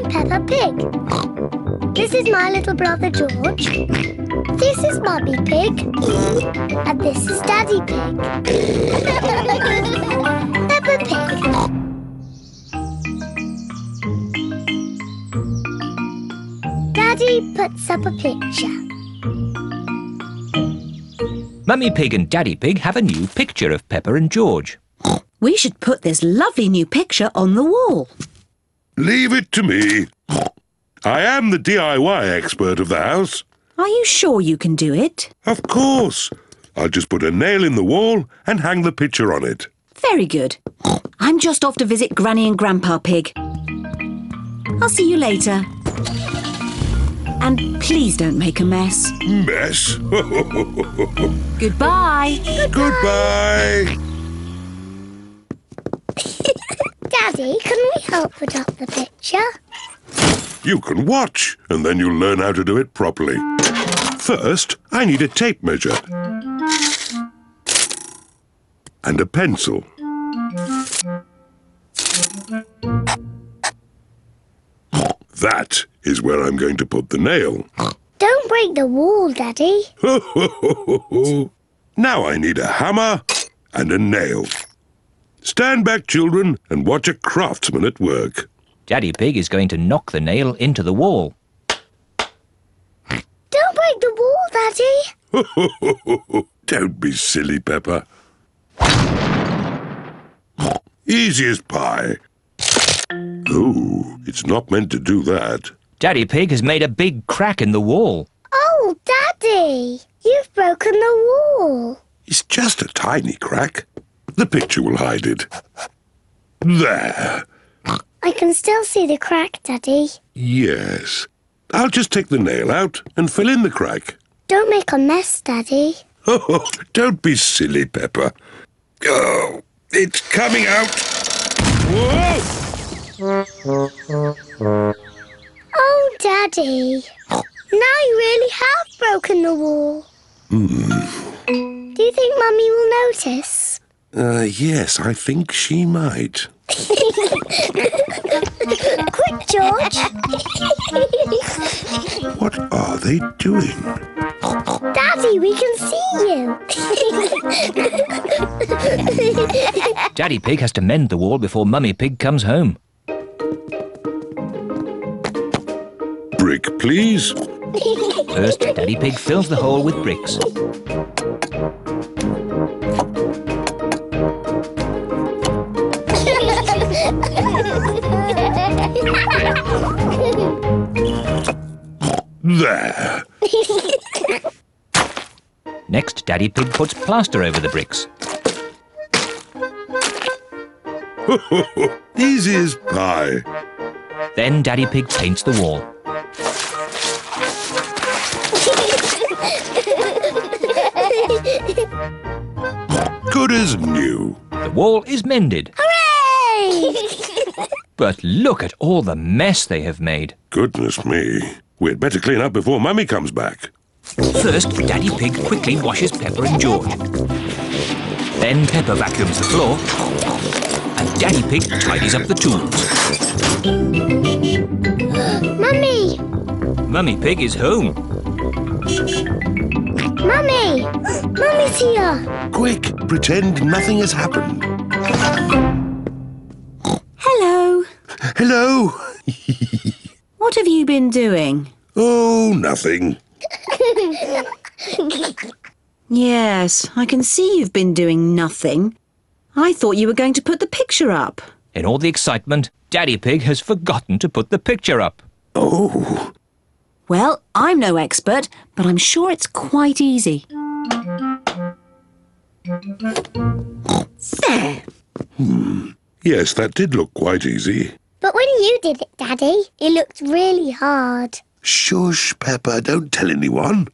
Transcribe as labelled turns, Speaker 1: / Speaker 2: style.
Speaker 1: Pig. This is my little brother George. This is Mummy Pig. And this is Daddy Pig. Peppa Pig. Daddy puts up a picture.
Speaker 2: Mummy Pig and Daddy Pig have a new picture of Pepper and George.
Speaker 3: We should put this lovely new picture on the wall.
Speaker 4: Leave it to me. I am the DIY expert of the house.
Speaker 3: Are you sure you can do it?
Speaker 4: Of course. I'll just put a nail in the wall and hang the picture on it.
Speaker 3: Very good. I'm just off to visit Granny and Grandpa Pig. I'll see you later. And please don't make a mess.
Speaker 4: Mess.
Speaker 3: Goodbye.
Speaker 4: Goodbye.
Speaker 1: Daddy, can we help put up the picture?
Speaker 4: You can watch, and then you'll learn how to do it properly. First, I need a tape measure and a pencil. That is where I'm going to put the nail.
Speaker 1: Don't break the wall, Daddy.
Speaker 4: now I need a hammer and a nail. Stand back, children, and watch a craftsman at work.
Speaker 2: Daddy Pig is going to knock the nail into the wall.
Speaker 1: Don't break the wall, Daddy.
Speaker 4: Don't be silly, Pepper. Easy as pie. Oh, it's not meant to do that.
Speaker 2: Daddy Pig has made a big crack in the wall.
Speaker 1: Oh, Daddy, you've broken the wall.
Speaker 4: It's just a tiny crack. The picture will hide it. There.
Speaker 1: I can still see the crack, Daddy.
Speaker 4: Yes. I'll just take the nail out and fill in the crack.
Speaker 1: Don't make a mess, Daddy.
Speaker 4: Oh, don't be silly, Pepper. Oh, it's coming out. Whoa!
Speaker 1: Oh, Daddy. Now you really have broken the wall. Do you think Mummy will notice?
Speaker 4: Uh, yes, I think she might.
Speaker 1: Quick, George.
Speaker 4: What are they doing?
Speaker 1: Daddy, we can see you.
Speaker 2: Daddy Pig has to mend the wall before Mummy Pig comes home.
Speaker 4: Brick, please.
Speaker 2: First, Daddy Pig fills the hole with bricks.
Speaker 4: There.
Speaker 2: Next, Daddy Pig puts plaster over the bricks.
Speaker 4: Easy as pie.
Speaker 2: Then, Daddy Pig paints the wall.
Speaker 4: Good as new.
Speaker 2: The wall is mended. But look at all the mess they have made.
Speaker 4: Goodness me. We'd better clean up before Mummy comes back.
Speaker 2: First, Daddy Pig quickly washes Pepper and George. Then Pepper vacuums the floor, and Daddy Pig tidies up the tools.
Speaker 1: Mummy,
Speaker 2: Mummy Pig is home.
Speaker 1: Mummy, Mummy's here.
Speaker 4: Quick, pretend nothing has happened.
Speaker 3: Hello.
Speaker 4: Hello.
Speaker 3: What have you been doing?
Speaker 4: Oh, nothing.
Speaker 3: Yes, I can see you've been doing nothing. I thought you were going to put the picture up.
Speaker 2: In all the excitement, Daddy Pig has forgotten to put the picture up.
Speaker 4: Oh,
Speaker 3: Well, I'm no expert, but I'm sure it's quite easy. There.
Speaker 4: yes, that did look quite easy.
Speaker 1: But when you did it, Daddy, it looked really hard.
Speaker 4: Shush, Pepper, don't tell anyone.